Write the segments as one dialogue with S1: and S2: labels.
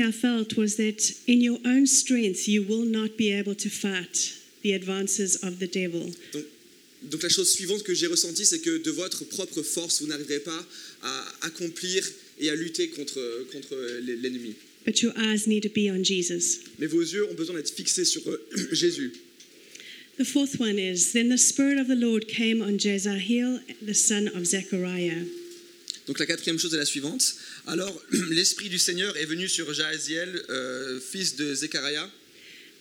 S1: I felt was that in your own strength, you will not be able to fight the advances of the devil.
S2: Donc la chose suivante que j'ai ressentie, c'est que de votre propre force, vous n'arriverez pas à accomplir et à lutter contre, contre l'ennemi.
S1: But your eyes need to be on Jesus.
S2: Mais vos yeux ont besoin d'être fixés sur euh, Jésus.
S1: The fourth one is Then the Spirit of the Lord came on Jezahiel, the son of Zechariah.
S2: Donc la quatrième chose est la suivante. Alors l'Esprit du Seigneur est venu sur Jaaziel, euh, fils de Zechariah.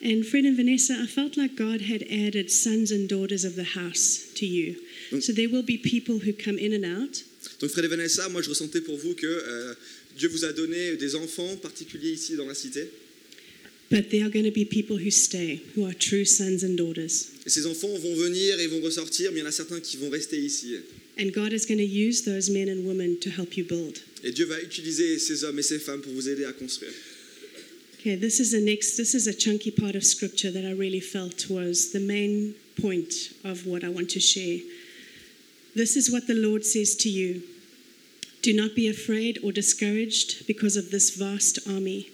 S1: And Fred and Vanessa, I felt like God had added sons and daughters of the house to you. So there will be people who come in and out.
S2: Donc Fred et Vanessa, moi je ressentais pour vous que euh, Dieu vous a donné des enfants particuliers ici dans la cité.
S1: But there are going to be people who stay, who are true sons and daughters.
S2: Et ces enfants vont venir et vont ressortir, mais il y en a certains qui vont rester ici.
S1: And God is going to use those men and women to help you build.
S2: Et Dieu va utiliser ces hommes et ces femmes pour vous aider à construire.
S1: Okay, this is the next, this is a chunky part of scripture that I really felt was the main point of what I want to share. This is what the Lord says to you Do not be afraid or discouraged because of this vast army,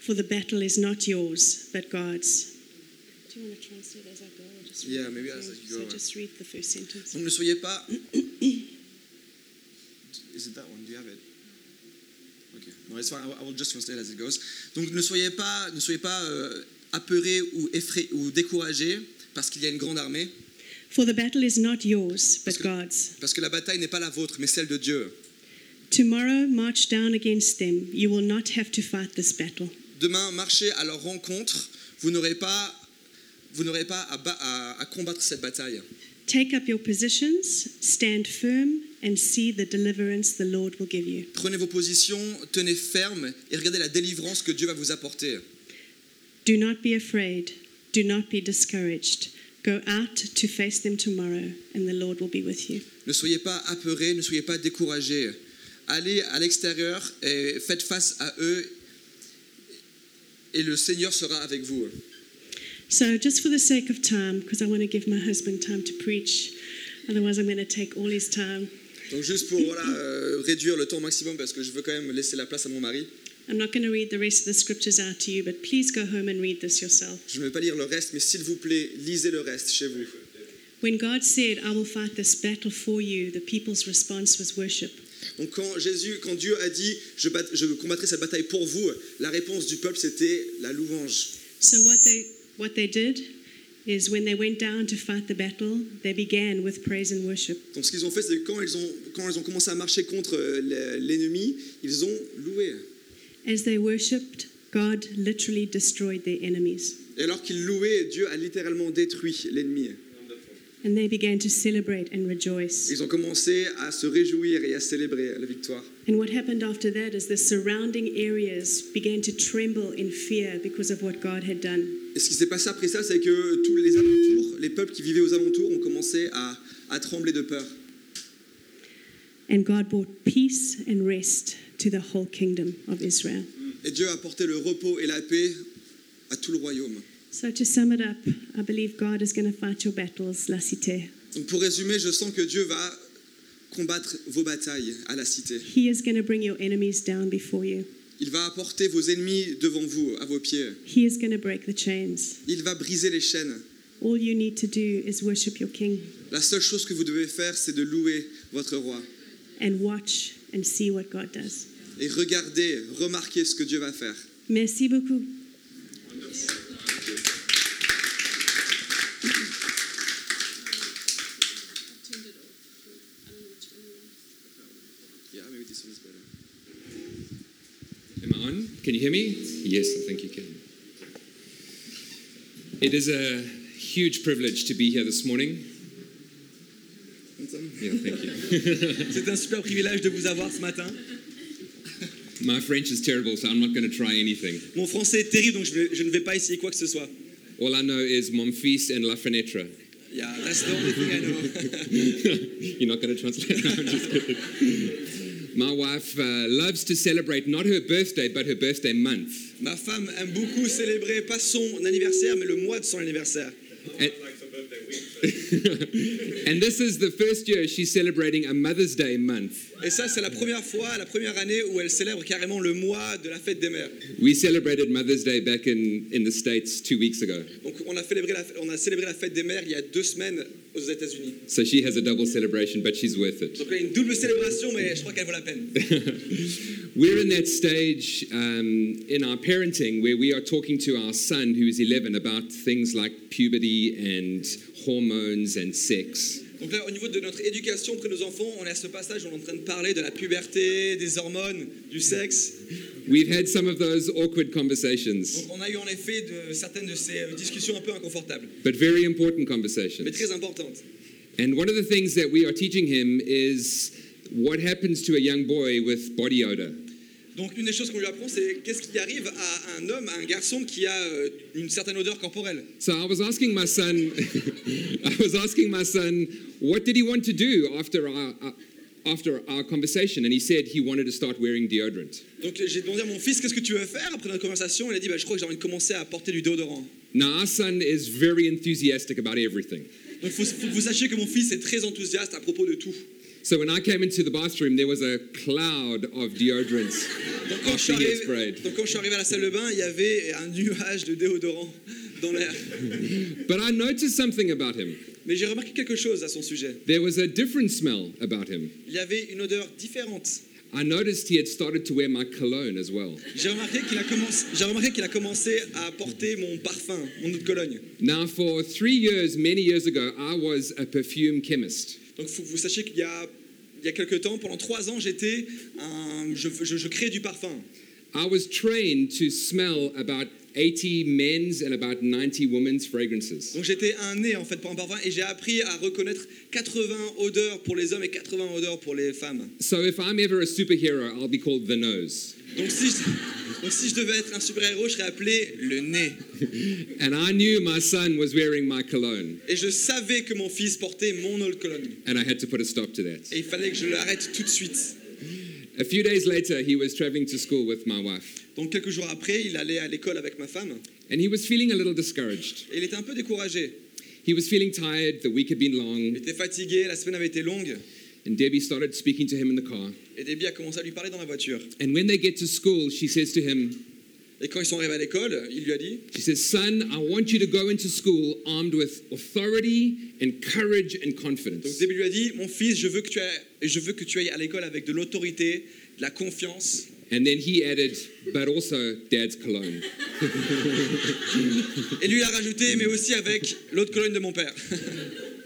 S1: for the battle is not yours, but God's. Do you want to translate as I go? Or just read
S2: Yeah,
S1: the
S2: maybe
S1: thing?
S2: as I go,
S1: So
S2: yeah.
S1: just read the first sentence.
S2: Donc ne soyez pas. Is it that one? Do you have it? Okay. No, it's fine. I will- I will just translate as it goes. Donc ne soyez pas, ne soyez pas euh, apeurés ou effrayés ou découragés parce qu'il y a une grande armée,
S1: For the battle is not yours, but
S2: Parce que-
S1: God's.
S2: parce que la bataille n'est pas la vôtre, mais celle de Dieu.
S1: Tomorrow, march down against them. You will not have to fight this battle.
S2: Demain, marchez à leur rencontre. Vous n'aurez pas, vous n'aurez pas à, ba- à- à combattre cette bataille.
S1: Take up your positions, stand firm, and see the deliverance the Lord will give you.
S2: Prenez vos positions, tenez ferme et regardez la délivrance que Dieu va vous apporter.
S1: Do not be afraid, do not be discouraged. Go out to face them tomorrow, and the Lord will be with you.
S2: Ne soyez pas apeurés, ne soyez pas découragés. Allez à l'extérieur et faites face à eux et le Seigneur sera avec vous.
S1: So, just for the sake of time, because I want to give my husband time to preach, otherwise, I'm going to take all his time.
S2: Donc juste pour voilà, euh, réduire le temps maximum parce que je veux quand même laisser la place à mon mari.
S1: I'm not going to read the rest of the scriptures out to you, but please go home and read this yourself.
S2: Je ne vais pas lire le reste, mais s'il vous plaît, lisez le reste chez vous.
S1: When God said, I will fight this battle for you, the people's response was worship.
S2: Donc quand Jésus, quand Dieu a dit je, bat- je combattrai cette bataille pour vous, la réponse du peuple c'était la louange.
S1: So what they what they did is when they went down to fight the battle, they began with praise and worship.
S2: Donc ce qu'ils ont fait, c'est que quand ils ont, quand ils ont commencé à marcher contre euh, l'ennemi, ils ont loué.
S1: As they worshipped, God literally destroyed their enemies,
S2: Et alors qu'ils louaient, Dieu a littéralement détruit l'ennemi.
S1: and they began to celebrate and rejoice.
S2: Ils ont commencé à se réjouir et à célébrer la victoire.
S1: And what happened after that is the surrounding areas began to tremble in fear because of what God had done.
S2: Et ce qui s'est passé après ça, c'est que tous les alentours, les peuples qui vivaient aux alentours ont commencé à, à trembler de peur.
S1: And God brought peace and rest to the whole kingdom of Israel.
S2: Et Dieu a apporté le repos et la paix à tout le royaume.
S1: So to sum it up, I believe God is going to fight your battles, La Cité.
S2: Donc pour résumer, je sens que Dieu va combattre vos batailles à la cité.
S1: He is going to bring your enemies down before you.
S2: Il va apporter vos ennemis devant vous, à vos pieds.
S1: He is going to break the chains.
S2: Il va briser les chaînes.
S1: All you need to do is worship your King
S2: La seule chose que vous devez faire, c'est de louer votre roi.
S1: and watch and see what God does.
S2: Et regardez, remarquez ce que Dieu va faire.
S1: Merci beaucoup.
S3: Am I on? Can you hear me? Yes, I think you can. It is a huge privilege to be here this morning. Yeah, thank you.
S4: C'est un super privilège de vous avoir ce matin.
S3: My French is terrible, so I'm not going to try anything.
S4: Mon français est terrible, donc je, vais- je ne vais pas essayer quoi que ce soit.
S3: All I know is Momfis and La Fenêtre.
S4: Yeah, that's the only thing I know.
S3: You're not going to translate? No, I'm just kidding. My wife uh, loves to celebrate not her birthday, but her birthday month.
S4: Ma femme aime beaucoup célébrer, pas son anniversaire, mais le mois de son anniversaire.
S3: And, and this is the first year she's celebrating a Mother's Day month.
S2: Et ça, c'est la première fois, la première année où elle célèbre carrément le mois de la fête des mères.
S3: We celebrated Mother's Day back in, in the States two weeks ago.
S2: Donc, on a, célébré la, on a célébré la fête des mères il y a deux semaines aux États-Unis.
S3: So she has a double celebration, but she's worth it.
S2: Donc, il y a une double célébration, mais je crois qu'elle vaut la peine.
S3: We're in that stage um, in our parenting where we are talking to our son, who is 11, about things like puberty and hormones and sex.
S2: Donc là, au niveau de notre éducation auprès de nos enfants, on est à ce passage où on est en train de parler de la puberté, des hormones, du sexe.
S3: We've had some of those awkward conversations,
S2: Donc on a eu en effet de, certaines de ces euh, discussions un peu inconfortables,
S3: but very important
S2: mais
S3: conversations.
S2: très importantes.
S3: And one of the things that we are teaching him is what happens to a young boy with body odor.
S2: Donc une des choses qu'on lui apprend, c'est qu'est-ce qui arrive à un homme, à un garçon qui a euh, une certaine odeur corporelle.
S3: So I was asking my son, I was asking my son, what did he want to do after our, uh, after our conversation? And he said he wanted to start wearing deodorant.
S2: Donc j'ai demandé à mon fils, qu'est-ce que tu veux faire après notre conversation Il a dit, bah, je crois que j'ai envie de commencer à porter du déodorant.
S3: Now our son is very enthusiastic about everything.
S2: Donc faut, faut que vous sachiez que mon fils est très enthousiaste à propos de tout.
S3: So when I came into the bathroom, there was a cloud of deodorants
S2: Donc quand, je suis
S3: after he had
S2: arrivé,
S3: sprayed.
S2: donc, quand je suis arrivé à la salle de bain, il y avait un nuage de déodorant dans l'air.
S3: But I noticed something about him.
S2: Mais j'ai remarqué quelque chose à son sujet.
S3: There was a different smell about him.
S2: Il y avait une odeur différente.
S3: I noticed he had started to wear my cologne as well.
S2: J'ai remarqué qu'il a, commencé- j'ai remarqué qu'il a commencé à porter mon parfum, mon eau de Cologne.
S3: Now, for three years, many years ago, I was a perfume chemist.
S2: Donc faut que vous sachiez qu'il y a, il y a quelques temps, pendant trois ans, j'étais un- je, je, je créais du parfum.
S3: I was trained to smell about 80 men's and about 90 women's fragrances.
S2: Donc j'étais un nez en fait pour un parfum et j'ai appris à reconnaître 80 odeurs pour les hommes et 80 odeurs pour les femmes.
S3: So if I'm ever a superhero, I'll be called the nose.
S2: Donc si je, donc, si je devais être un super-héros, je serais appelé le nez.
S3: And I knew my son was wearing my cologne,
S2: Et je savais que mon fils portait mon eau de Cologne.
S3: and I had to put a stop to that.
S2: Et il fallait que je l'arrête tout de suite.
S3: A few days later, he was traveling to school with my wife,
S2: Donc quelques jours après, il allait à l'école avec ma femme
S3: and he was feeling a little discouraged.
S2: et il était un peu découragé.
S3: He was feeling tired, the week had been
S2: Il
S3: long,
S2: était fatigué, la semaine avait été longue
S3: and Debbie started speaking to him in the car.
S2: et Debbie a commencé à lui parler dans la voiture.
S3: And when they get to school, she says to him,
S2: Et quand ils sont arrivés à l'école, il lui a dit
S3: She says, Son, I want you to go into school armed with authority and courage and
S2: Donc
S3: confidence.
S2: Debbie lui a dit "Mon fils, je veux que tu ailles, je veux que tu ailles à l'école avec de l'autorité, de la confiance."
S3: And then he added, But also dad's cologne.
S2: Et lui il a rajouté "Mais aussi avec l'autre colonne de mon père."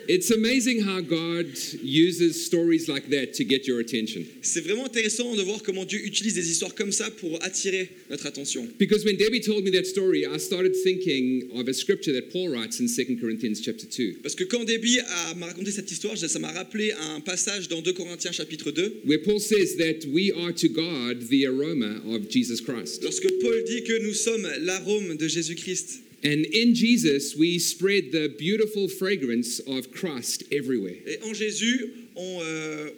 S3: It's amazing how God uses stories like that to get your attention.
S2: C'est vraiment intéressant de voir comment Dieu utilise des histoires comme ça pour attirer notre attention.
S3: Because when Debbie told me that story, I started thinking of a scripture that Paul writes in 2 Corinthians chapter 2,
S2: Parce que quand Debbie a- m'a raconté cette histoire, ça ça m'a rappelé un passage dans 2 Corinthiens chapitre 2,
S3: where Paul says that we are to God the aroma of Jesus Christ.
S2: lorsque Paul dit que nous sommes l'arôme de Jésus-Christ.
S3: And in Jesus, we spread the beautiful fragrance of Christ everywhere.
S2: Et en Jésus, on, euh,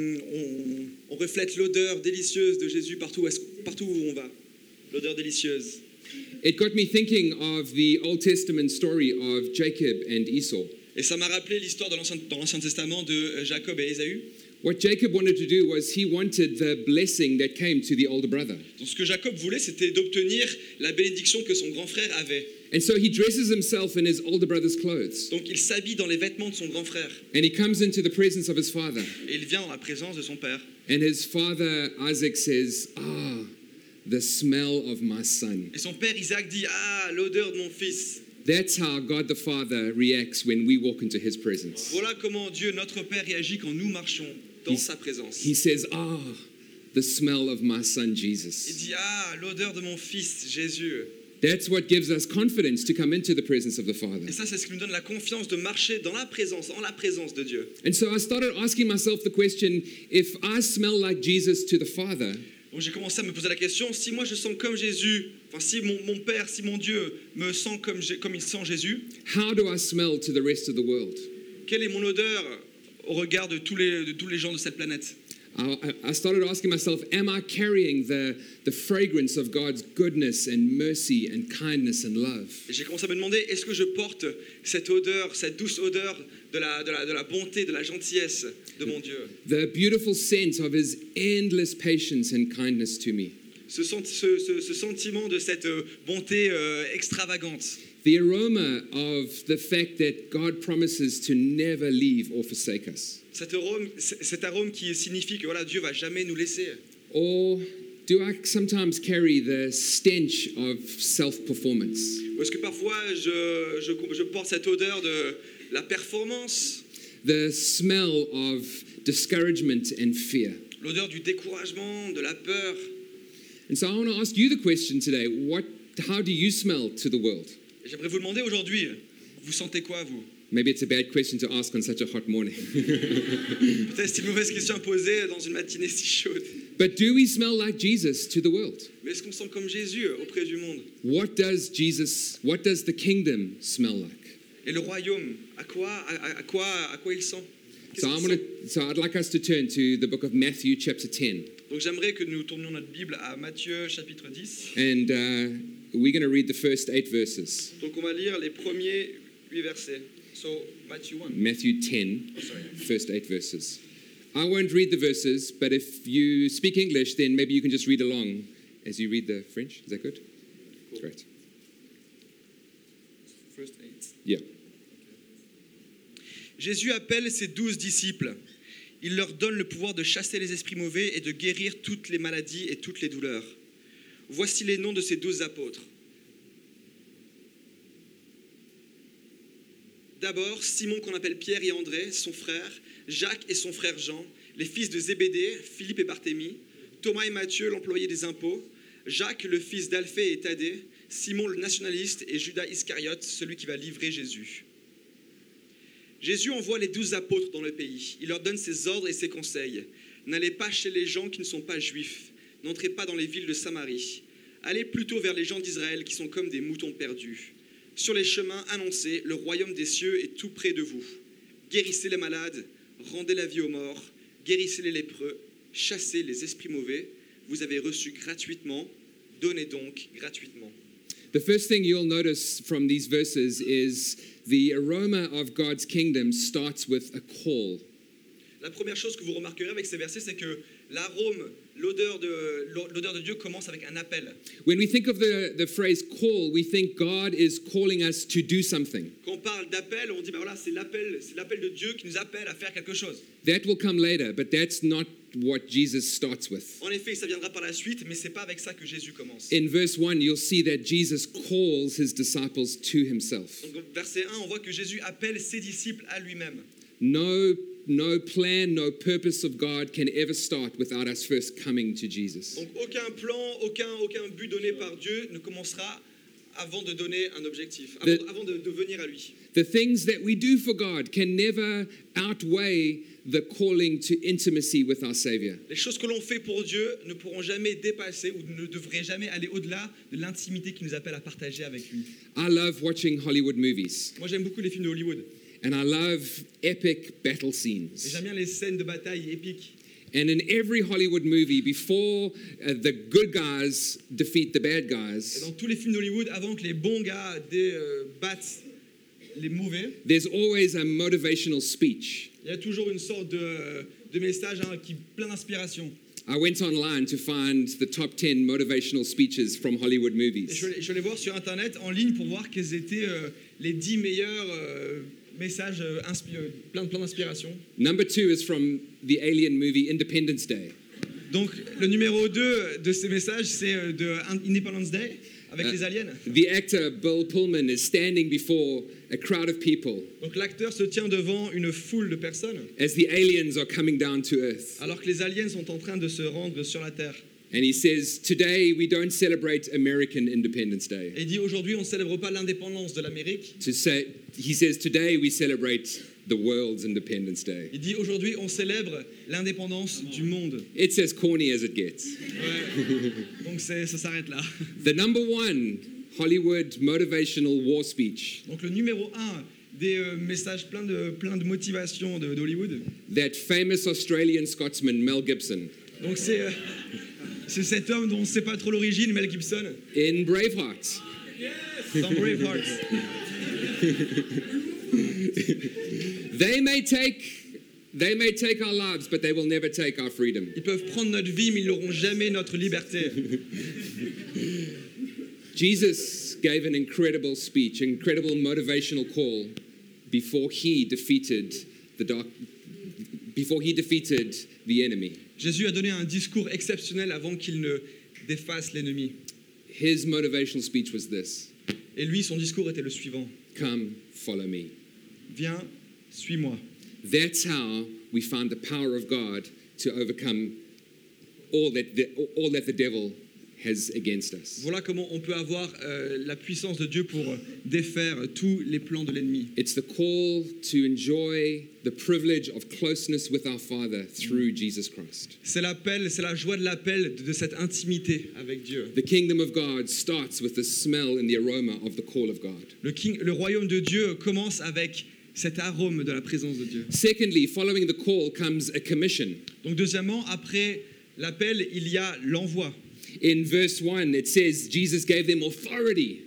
S2: on- on- on reflète l'odeur délicieuse de Jésus partout, où est- partout où on va. L'odeur délicieuse.
S3: It got me thinking of the Old Testament story of Jacob and Esau.
S2: Et ça m'a rappelé l'histoire de l'Ancien- dans l'Ancien Testament de euh, Jacob et Ésaü.
S3: What Jacob wanted to do was he wanted the blessing that came to the older brother.
S2: Donc, ce que Jacob voulait, c'était d'obtenir la bénédiction que son grand frère avait.
S3: And so he dresses himself in his older brother's clothes
S2: Donc il s'habille dans les vêtements de son grand frère.
S3: and he comes into the presence of his father.
S2: Et il vient dans la présence de son père.
S3: And his father, Isaac, says, Ah, the smell of my son.
S2: Et son père Isaac dit Ah, l'odeur de mon fils.
S3: That's how God the Father reacts when we walk into his presence.
S2: Voilà comment Dieu, notre Père, réagit quand nous marchons dans
S3: Il-
S2: sa présence.
S3: He says, Ah, the smell of my son
S2: Il
S3: Jesus.
S2: dit Ah, l'odeur de mon fils, Jésus.
S3: That's what gives us confidence to come into the presence of the Father.
S2: Et ça, c'est ce qui nous donne la confiance de marcher dans la présence, en la présence de Dieu.
S3: And so I started asking myself the question if I smell like Jesus to the Father,
S2: Donc j'ai commencé à me poser la question si moi je sens comme Jésus, enfin si mon, mon Père, si mon Dieu me sent comme, Jé- comme il sent Jésus,
S3: how do I smell to the rest of the world?
S2: quelle est mon odeur au regard de tous les, de tous les gens de cette planète
S3: I, I started asking myself, am I carrying the, the fragrance of God's goodness and mercy and kindness and love?
S2: Et j'ai commencé à me demander, est-ce que je porte cette odeur, cette douce odeur de la, de la- de la bonté, de la gentillesse de mon Dieu
S3: The beautiful sense of his endless patience and kindness to me.
S2: ce, sent- ce- ce- ce sentiment de cette euh, bonté euh, extravagante,
S3: The aroma of the fact that God promises to never leave or forsake us.
S2: cet arôme, c- cet arôme qui signifie que voilà, Dieu va jamais nous laisser.
S3: Or do I sometimes carry the stench of self performance?
S2: Parce que parfois, je, je- je porte cette odeur de la performance,
S3: The smell of discouragement and fear?
S2: l'odeur du découragement, de la peur.
S3: And so I want to ask you the question today what, how do you smell to the world?
S2: Et J'aimerais vous demander aujourd'hui, vous sentez quoi, vous
S3: Maybe it's a bad question to ask on such a hot morning.
S2: Peut-être c'est une mauvaise question à poser dans une matinée si chaude.
S3: but do we smell like Jesus to the world?
S2: Mais est-ce qu'on sent comme Jésus auprès du monde
S3: What does Jesus, what does the kingdom smell like?
S2: Et le royaume, à quoi, à, à- à quoi, à quoi il sent Qu'est-ce
S3: So,
S2: qu'il
S3: I'm
S2: sent
S3: gonna, so I'd like us to turn to the book of Matthew, chapter 10.
S2: Donc j'aimerais que nous tournions notre Bible à Matthieu chapitre 10.
S3: And uh, we're going to read the first eight verses.
S2: Donc on va lire les premiers huit versets. So, Matthew 1.
S3: Matthew 10,
S2: Oh, sorry.
S3: first eight verses. I won't read the verses, but if you speak English, then maybe you can just read along as you read the French. Is that good? Great.
S2: First eight.
S3: Yeah.
S2: Jésus appelle ses douze disciples. Il leur donne le pouvoir de chasser les esprits mauvais et de guérir toutes les maladies et toutes les douleurs. Voici les noms de ces douze apôtres. D'abord, Simon qu'on appelle Pierre et André, son frère, Jacques et son frère Jean, les fils de Zébédée, Philippe et Barthélemy, Thomas et Matthieu, l'employé des impôts, Jacques, le fils d'Alphée et Thaddée, Simon le nationaliste et Judas Iscariote, celui qui va livrer Jésus. Jésus envoie les douze apôtres dans le pays. Il leur donne ses ordres et ses conseils. N'allez pas chez les gens qui ne sont pas juifs. N'entrez pas dans les villes de Samarie. Allez plutôt vers les gens d'Israël qui sont comme des moutons perdus. Sur les chemins, annoncez, le royaume des cieux est tout près de vous. Guérissez les malades, rendez la vie aux morts, guérissez les lépreux, chassez les esprits mauvais. Vous avez reçu gratuitement, donnez donc gratuitement.
S3: The first thing you'll notice from these verses is the aroma of God's kingdom starts with a call.
S2: La première chose que vous remarquerez avec ces versets, c'est que l'arôme, l'odeur de, l'odeur de Dieu commence avec un appel.
S3: When we think of the, the phrase call, we think God is calling us to do something.
S2: Quand on parle d'appel, on dit, bah voilà, c'est l'appel, c'est l'appel de Dieu qui nous appelle à faire quelque chose.
S3: That will come later, but that's not what Jesus starts with.
S2: En effet, ça viendra par la suite, mais c'est pas avec ça que Jésus commence.
S3: In verse 1, you'll see that Jesus calls his disciples to himself.
S2: Donc, verset 1, on voit que Jésus appelle ses disciples à lui-même.
S3: No, no plan, no purpose of God can ever start without us first coming to Jesus.
S2: Donc, aucun plan, aucun, aucun but donné par Dieu ne commencera avant de donner un objectif, avant,
S3: The-
S2: avant de, de venir à lui.
S3: The things that we do for God can never outweigh the calling to intimacy with our Savior.
S2: Les choses que l'on fait pour Dieu ne pourront jamais dépasser ou ne devraient jamais aller au-delà de l'intimité qu'il nous appelle à partager avec lui.
S3: I love watching Hollywood movies,
S2: Moi, j'aime beaucoup les films de Hollywood.
S3: and I love epic battle
S2: Et
S3: scenes.
S2: J'aime bien les scènes de bataille épiques.
S3: And in every Hollywood movie, before uh, the good guys defeat the bad
S2: Et dans
S3: guys,
S2: tous les films d'Hollywood, avant que les bons gars dé- euh, battent les mauvais,
S3: there's always a motivational speech.
S2: il y a toujours une sorte de, euh, de message hein, qui plein d'inspiration.
S3: I went online to find the top 10 motivational speeches from Hollywood
S2: Et je,
S3: movies.
S2: suis allé- je suis allé voir sur Internet, en ligne, pour voir quels étaient euh, les 10 meilleurs euh, messages euh, inspi- euh, plein, plein d'inspiration.
S3: Number two is from the Alien movie Independence Day.
S2: Donc, le numéro 2 de ces messages, c'est euh, de In- Independence Day, avec
S3: Euh.
S2: les aliens.
S3: The actor Bill Pullman is standing before a crowd of people
S2: Donc, l'acteur se tient devant une foule de personnes,
S3: as the aliens are coming down to Earth.
S2: alors que les aliens sont en train de se rendre sur la Terre.
S3: And he says, Today we don't celebrate American Independence Day.
S2: Et il dit aujourd'hui, on ne célèbre pas l'indépendance de l'Amérique.
S3: To say, he says, Today we celebrate the world's Independence Day.
S2: Il dit aujourd'hui, on célèbre l'indépendance du monde.
S3: It's as corny as it gets.
S2: Donc c'est- ça s'arrête là.
S3: The number one Hollywood motivational war speech
S2: Donc le numéro 1 des euh, messages pleins de, plein de motivation de- d'Hollywood.
S3: That famous Australian Scotsman, Mel Gibson,
S2: Donc c'est euh, c'est cet homme dont on ne sait pas trop l'origine, Mel Gibson,
S3: in Braveheart.
S2: dans Braveheart.
S3: They may take, they may take our lives, but they will never take our freedom.
S2: Ils peuvent prendre notre vie, mais ils n'auront jamais notre liberté.
S3: Jesus gave an incredible speech, incredible motivational call before he defeated the dark, before he defeated the enemy.
S2: Jésus a donné un discours exceptionnel avant qu'il ne défasse l'ennemi.
S3: His motivational speech was this:
S2: Et lui, son discours était le suivant.
S3: "Come, follow me."
S2: Viens, suis-moi.
S3: That's how we find the power of God to overcome all that the, all that the devil has against us.
S2: Voilà comment on peut avoir euh, la puissance de Dieu pour euh, défaire tous les plans de l'ennemi.
S3: It's the call to enjoy the privilege of closeness with our Father through Jesus Christ.
S2: C'est l'appel, c'est la joie de l'appel de cette intimité avec Dieu.
S3: The kingdom of God starts with the smell and the aroma of the call of God.
S2: Le, king- le royaume de Dieu commence avec cet arôme de la présence de Dieu.
S3: Secondly, following the call comes a commission.
S2: Donc deuxièmement, après l'appel, il y a l'envoi.
S3: In verse 1, it says Jesus gave them authority.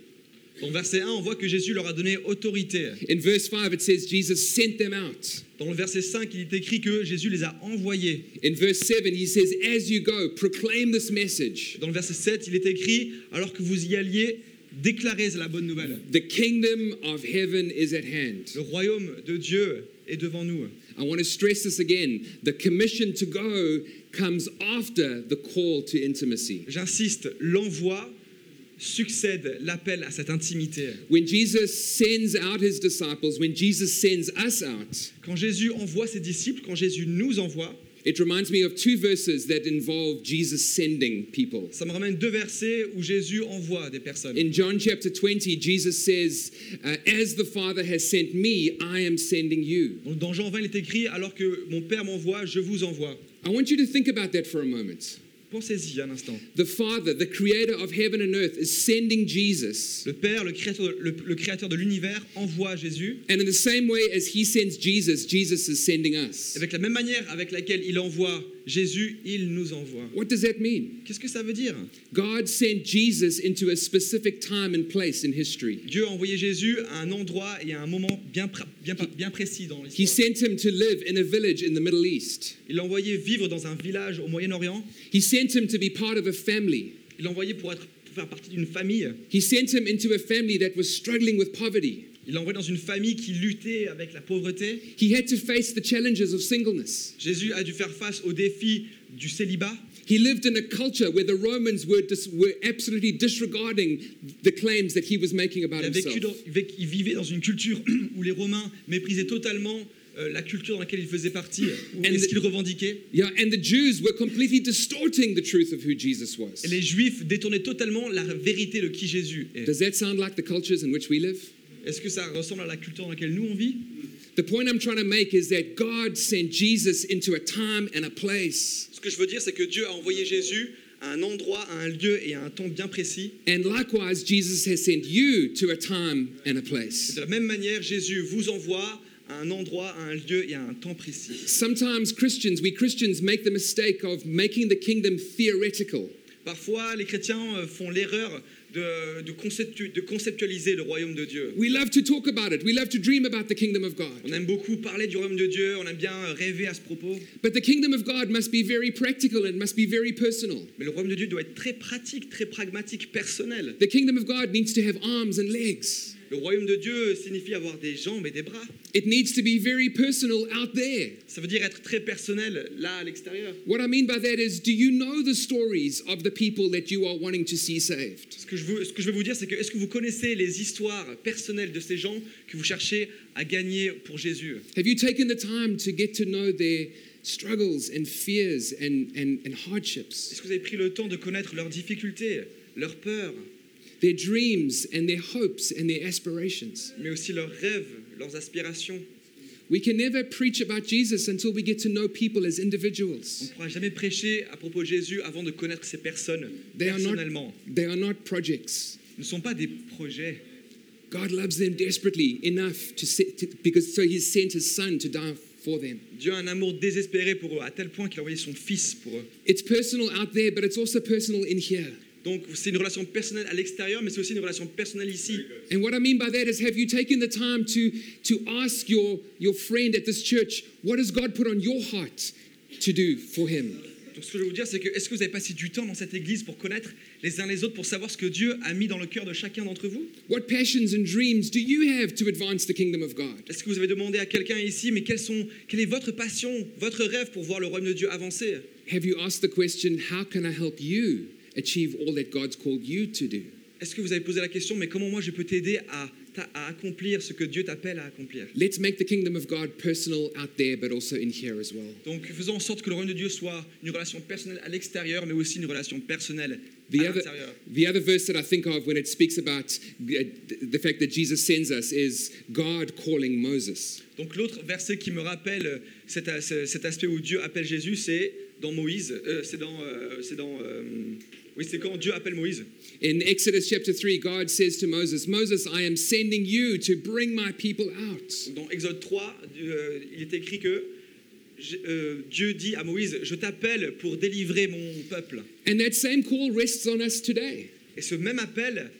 S2: Dans le verset 1, on voit que Jésus leur a donné autorité.
S3: In verse 5, it says Jesus sent them out.
S2: Dans le verset 5, il est écrit que Jésus les a envoyés.
S3: In verse 7, he says, As you go, proclaim this message.
S2: Dans le verset 7, il est écrit, alors que vous y alliez, déclarez la bonne nouvelle.
S3: The kingdom of heaven is at hand.
S2: Le royaume de Dieu est devant nous.
S3: I want to stress this again. The commission to go comes after the call to intimacy.
S2: J'insiste, l'envoi succède l'appel à cette intimité.
S3: When Jesus sends out his disciples, when Jesus sends us out,
S2: Quand Jésus envoie ses disciples, quand Jésus nous envoie,
S3: It reminds me of two verses that involve Jesus sending people.
S2: ça me ramène deux versets où Jésus envoie des personnes.
S3: In John chapter 20, Jesus says, uh, As the Father has sent me, I am sending you.
S2: Donc, Dans Jean 20, il est écrit, alors que mon Père m'envoie, je vous envoie.
S3: I want you to think about that for a moment.
S2: Pensez-y un instant.
S3: The Father, the creator of heaven and earth, is sending Jesus.
S2: Le Père, le créateur, le- le créateur de l'univers, envoie Jésus.
S3: And in the same way as he sends Jesus, Jesus is sending us.
S2: Avec la même manière avec laquelle il envoie Jésus, il nous envoie.
S3: What does that mean?
S2: Qu'est-ce que ça veut dire
S3: God sent Jesus into a specific time and place in history.
S2: Dieu a envoyé Jésus à un endroit et à un moment bien, pr- bien, pa- bien précis dans
S3: He
S2: l'histoire.
S3: sent him to live in a village in the Middle East.
S2: Il l'a envoyé vivre dans un village au Moyen-Orient.
S3: He sent him to be part of a family.
S2: Il l'a envoyé pour, être, pour faire partie d'une famille.
S3: He sent him into a family that was struggling with poverty.
S2: Il l'a envoyé dans une famille qui luttait avec la pauvreté.
S3: He had to face the challenges of singleness.
S2: Jésus a dû faire face au défi du célibat.
S3: He lived in a culture where the Romans were, dis- were absolutely disregarding the claims that he was making about
S2: Il, a vécu
S3: himself.
S2: dans- il véc- il vivait dans une culture où les Romains méprisaient totalement euh, la culture dans laquelle il faisait partie
S3: And
S2: et ce
S3: the-
S2: qu'il revendiquait.
S3: Yeah, and the Jews were completely distorting the truth of who Jesus
S2: Et
S3: was.
S2: les Juifs détournaient totalement la vérité de qui Jésus est.
S3: Does that sound like the cultures in which we live?
S2: Est-ce que ça ressemble à la culture dans laquelle nous on vit
S3: The point I'm trying to make is that God sent Jesus into a time and a place.
S2: Ce que je veux dire, c'est que Dieu a envoyé Jésus à un endroit, à un lieu et à un temps bien précis.
S3: And likewise, Jesus has sent you to a time and a place.
S2: De la même manière, Jésus vous envoie à un endroit, à un lieu et à un temps précis.
S3: Sometimes Christians, we Christians make the mistake of making the kingdom theoretical.
S2: Parfois, les chrétiens euh, font l'erreur de, de conceptu- de conceptualiser le royaume de Dieu.
S3: We love to talk about it. We love to dream about the kingdom of
S2: On
S3: God.
S2: aime beaucoup parler du royaume de Dieu, on aime bien euh, rêver à ce propos,
S3: But the kingdom of God must be very practical and must be very personal.
S2: mais le royaume de Dieu doit être très pratique, très pragmatique, personnel.
S3: The kingdom of God needs to have arms and legs.
S2: Le royaume de Dieu signifie avoir des jambes et des bras.
S3: It needs to be very personal out there.
S2: Ça veut dire être très personnel là à l'extérieur.
S3: What I mean by that is, do you know the stories of the people that you are wanting to see saved?
S2: Ce que je veux, ce que je veux vous dire, c'est que est-ce que vous connaissez les histoires personnelles de ces gens que vous cherchez à gagner pour Jésus
S3: Have you taken the time to get to know their struggles and fears and, and, and hardships,
S2: Est-ce que vous avez pris le temps de connaître leurs difficultés, leurs peurs,
S3: their dreams and their hopes and their aspirations?
S2: mais aussi leurs rêves, leurs aspirations
S3: We can never preach about Jesus until we get to know people as
S2: On ne
S3: individuals.
S2: pourra jamais prêcher à propos de Jésus avant de connaître ces personnes
S3: They are not,
S2: personnellement.
S3: they are not projects.
S2: Ils ne sont pas des projets.
S3: God loves them desperately enough to, se- to because so He sent His Son to die for them.
S2: Dieu a un amour désespéré pour eux, à tel point qu'il a envoyé son fils pour eux.
S3: It's personal out there, but it's also personal in here.
S2: Donc c'est une relation personnelle à l'extérieur, mais c'est aussi une relation personnelle ici.
S3: And what I mean by that is, have you taken the time to to ask your your friend at this church, what has God put on your heart to do for Him?
S2: Donc ce que je veux vous dire, c'est que est-ce que vous avez passé du temps dans cette église pour connaître les uns les autres, pour savoir ce que Dieu a mis dans le cœur de chacun d'entre vous
S3: What passions and dreams do you have to advance the kingdom of God?
S2: Est-ce que vous avez demandé à quelqu'un ici, mais quelles sont, quelle est votre passion, votre rêve pour voir le royaume de Dieu avancer
S3: Have you asked the question, how can I help you achieve all that God's called you to do?
S2: Est-ce que vous avez posé la question, mais comment moi je peux t'aider à, ta- à accomplir ce que Dieu t'appelle à accomplir
S3: Let's make the kingdom of God personal out there, but also in here as well.
S2: Donc faisons en sorte que le royaume de Dieu soit une relation personnelle à l'extérieur, mais aussi une relation personnelle à
S3: The other,
S2: l'intérieur.
S3: the other verse that I think of when it speaks about uh, the fact that Jesus sends us is God calling Moses.
S2: Donc l'autre verset qui me rappelle euh, cet, as- cet aspect où Dieu appelle Jésus, c'est dans Moïse. Euh, c'est dans, euh, c'est dans, euh, oui, c'est quand Dieu appelle Moïse.
S3: In Exodus chapter 3, God says to Moses, Moses, I am sending you to bring my people out.
S2: Dans Exode 3, euh, il est écrit que J- euh, Dieu dit à Moïse, je t'appelle pour délivrer mon peuple.
S3: And that same call rests on us today.
S2: Et ce même appel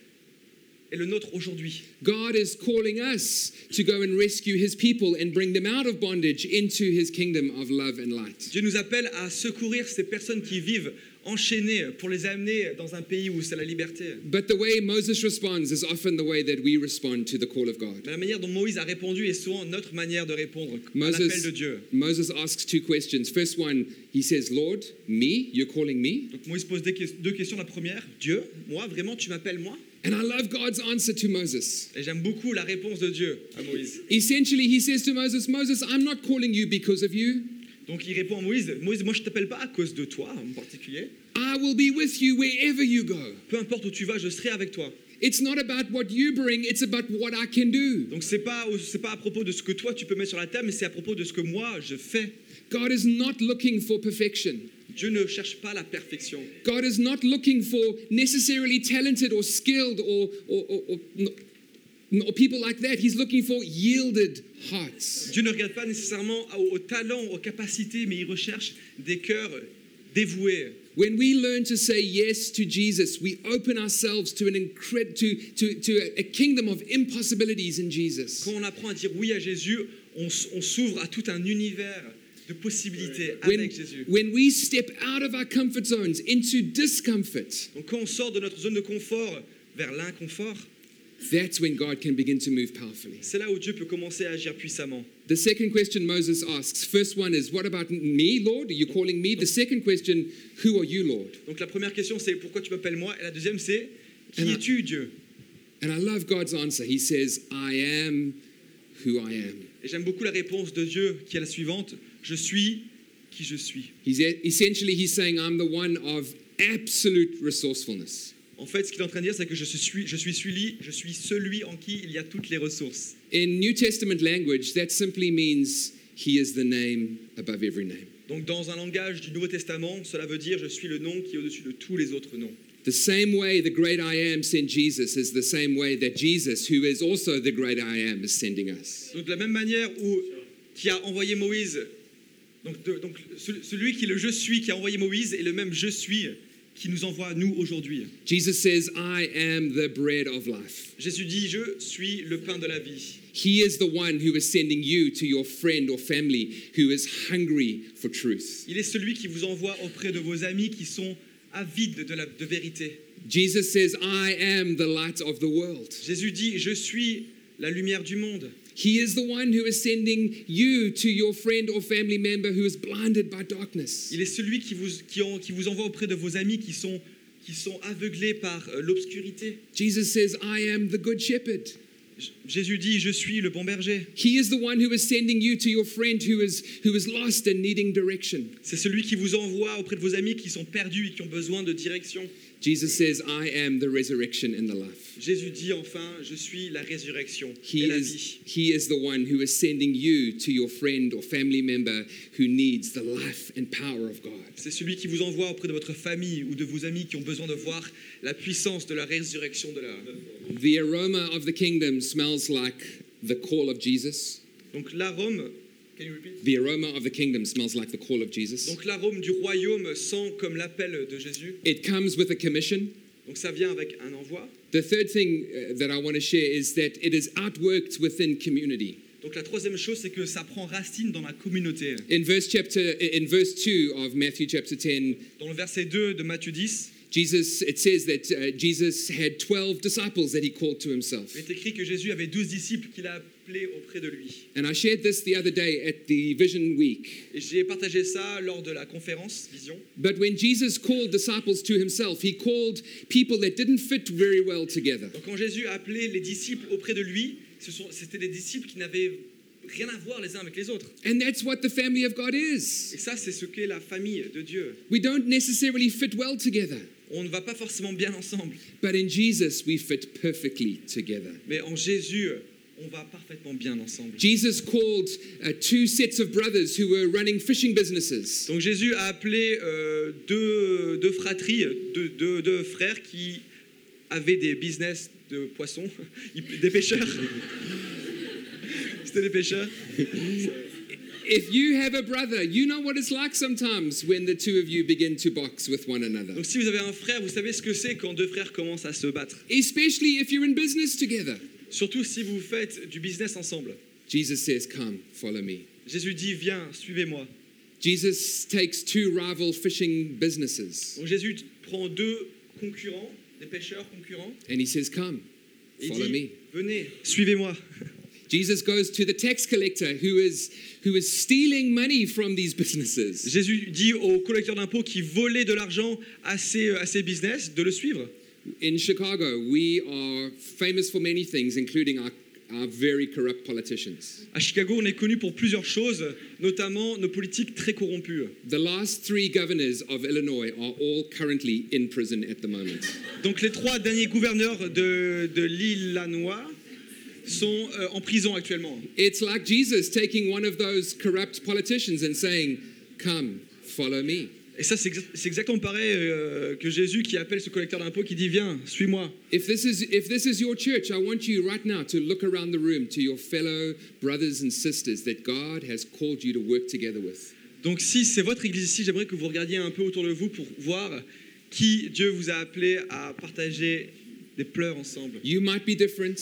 S2: est le nôtre aujourd'hui.
S3: God is calling us to go and rescue his people and bring them out of bondage into his kingdom of love and light.
S2: Dieu nous appelle à secourir ces personnes qui vivent enchaînées pour les amener dans un pays où c'est la liberté.
S3: But the way Moses responds is often the way that we respond to the call of God.
S2: Mais la manière dont Moïse a répondu est souvent notre manière de répondre à l'appel
S3: Moses,
S2: de Dieu.
S3: Moses asks two questions. First one, he says, Lord, me, you're calling me?
S2: Donc Moïse pose des que- deux questions. La première, Dieu, moi, vraiment, tu m'appelles moi
S3: And I love God's answer to Moses.
S2: Et j'aime beaucoup la réponse de Dieu à Moïse.
S3: Essentially, he says to Moses, Moses, I'm not calling you because of you.
S2: Donc il répond à Moïse, Moïse, moi je t'appelle pas à cause de toi en particulier.
S3: I will be with you wherever you go.
S2: Peu importe où tu vas, je serai avec toi.
S3: It's not about what you bring, it's about what I can do.
S2: Donc c'est pas au- c'est pas à propos de ce que toi tu peux mettre sur la table, mais c'est à propos de ce que moi je fais.
S3: God is not looking for perfection.
S2: Dieu ne cherche pas la perfection.
S3: God is not looking for necessarily talented or skilled or, or, or, or, or people like that. He's looking for yielded hearts.
S2: Dieu ne regarde pas nécessairement au, au talent, aux capacités, mais il recherche des cœurs dévoués.
S3: When we learn to say yes to Jesus, we open ourselves to, an incred- to, to, to a- a kingdom of impossibilities in Jesus.
S2: Quand on apprend à dire oui à Jésus, on, s- on s'ouvre à tout un univers de possibilités
S3: When,
S2: avec Jésus.
S3: when we step out of our comfort zones into discomfort,
S2: Donc quand on sort de notre zone de confort vers l'inconfort,
S3: that's when God can begin to move powerfully.
S2: c'est là où Dieu peut commencer à agir puissamment.
S3: The second question Moses asks first one is, What about me, Lord? Are you calling me? The second question, Who are you, Lord?
S2: Donc la première question c'est pourquoi tu m'appelles moi et la deuxième c'est
S3: Et
S2: qui
S3: la-
S2: es-tu Dieu
S3: And I love God's answer. He says, I am who I am.
S2: Et j'aime beaucoup la réponse de Dieu qui est la suivante je suis qui je suis.
S3: He's e- essentially he's saying, I'm the one of absolute resourcefulness.
S2: En fait, ce qu'il est en train de dire, c'est que je suis, je suis celui, je suis celui en qui il y a toutes les ressources.
S3: In New Testament language, that simply means he is the name above every name.
S2: Donc, dans un langage du Nouveau Testament, cela veut dire je suis le nom qui est au-dessus de tous les autres noms.
S3: The same way the great I am sent Jesus is the same way that Jesus, who is also the great I am, is sending us.
S2: Donc, de la même manière où qui a envoyé Moïse, donc, de- donc ce- celui qui est le je suis qui a envoyé Moïse est le même je suis qui nous envoie nous aujourd'hui.
S3: Jesus says, I am the bread of life.
S2: Jésus dit je suis le pain de la vie.
S3: He is the one who is sending you to your friend or family who is hungry for truth.
S2: Il est celui qui vous envoie auprès de vos amis qui sont avides de, la, de vérité.
S3: Jesus says, I am the light of the world.
S2: Jésus dit je suis la lumière du monde.
S3: He is the one who is sending you to your friend or family member who is blinded by darkness.
S2: Il est celui qui vous, qui, en- qui vous envoie auprès de vos amis qui sont, qui sont aveuglés par euh, l'obscurité.
S3: Jesus says, I am the good shepherd.
S2: J- Jésus dit, je suis le bon berger.
S3: He is the one who is sending you to your friend who is, who is lost and needing direction.
S2: C'est celui qui vous envoie auprès de vos amis qui sont perdus et qui ont besoin de direction.
S3: Jesus says, I am the resurrection and the life.
S2: Jésus dit enfin, je suis la résurrection et
S3: He
S2: la
S3: is,
S2: vie.
S3: he is the one who is sending you to your friend or family member who needs the life and power of God.
S2: C'est celui qui vous envoie auprès de votre famille ou de vos amis qui ont besoin de voir la puissance de la résurrection de la...
S3: The aroma of the kingdom smells like the call of Jesus.
S2: Donc l'arôme...
S3: The aroma of the kingdom smells like the call of Jesus.
S2: Donc l'arôme du royaume sent comme l'appel de Jésus.
S3: It comes with a commission.
S2: Donc ça vient avec un envoi.
S3: The third thing uh, that I want to share is that it is outworked within community.
S2: Donc la troisième chose, c'est que ça prend racine dans la communauté.
S3: In verse chapter uh, in verse 2 of Matthew chapter 10,
S2: Dans le verset 2 de Matthieu 10,
S3: Jesus it says that uh, Jesus had 12 disciples that he called to himself.
S2: il est écrit que Jésus avait douze disciples qu'il a appelés auprès de lui.
S3: And I shared this the other day at the Vision Week.
S2: Et j'ai partagé ça lors de la conférence Vision.
S3: But when Jesus called disciples to himself, he called people that didn't fit very well together.
S2: Donc quand Jésus a appelé les disciples auprès de lui, ce sont- c'était des disciples qui n'avaient rien à voir les uns avec les autres.
S3: And that's what the family of God
S2: Et
S3: is.
S2: ça, c'est ce qu'est la famille de Dieu.
S3: We don't necessarily fit well together,
S2: On ne va pas forcément bien ensemble,
S3: but in Jesus we fit perfectly together.
S2: mais en Jésus, on va parfaitement bien ensemble.
S3: Jesus called uh, two sets of brothers who were running fishing businesses.
S2: Donc Jésus a appelé euh, deux, deux fratries, deux, deux- deux frères qui avaient des business de poissons, ils- des pêcheurs. C'était des pêcheurs.
S3: If you have a brother, you know what it's like sometimes when the two of you begin to box with one another,
S2: Donc si vous avez un frère, vous savez ce que c'est quand deux frères commencent à se battre.
S3: especially if you're in business together.
S2: Surtout si vous faites du business ensemble.
S3: Jesus says, Come, follow me.
S2: Jésus dit, viens, suivez-moi.
S3: Jesus takes two rival fishing businesses
S2: Donc Jésus prend deux concurrents, des pêcheurs concurrents,
S3: and he says, Come,
S2: et
S3: follow
S2: dit,
S3: me.
S2: venez, suivez-moi.
S3: Jesus goes to the tax collector who is, who is stealing money from these businesses.
S2: Jésus dit aux collecteurs d'impôts qui volaient de l'argent à ces, à ces business de le suivre.
S3: In Chicago, we are famous for many things, including our, our very corrupt politicians.
S2: À Chicago, on est connu pour plusieurs choses, notamment nos politiques très corrompues.
S3: The last three governors of Illinois are all currently in prison at the moment.
S2: Donc les trois derniers gouverneurs de, de l'Illinois sont euh, en prison actuellement.
S3: It's like Jesus taking one of those corrupt politicians and saying, Come, follow me.
S2: Et ça, c'est exa- c'est exactement pareil euh, que Jésus qui appelle ce collecteur d'impôts qui dit Viens, suis-moi.
S3: If this is if this is your church, I want you right now to look around the room to your fellow brothers and sisters that God has called you to work together with.
S2: Donc si c'est votre église ici, j'aimerais que vous regardiez un peu autour de vous pour voir qui Dieu vous a appelé à partager des pleurs ensemble.
S3: You might be different,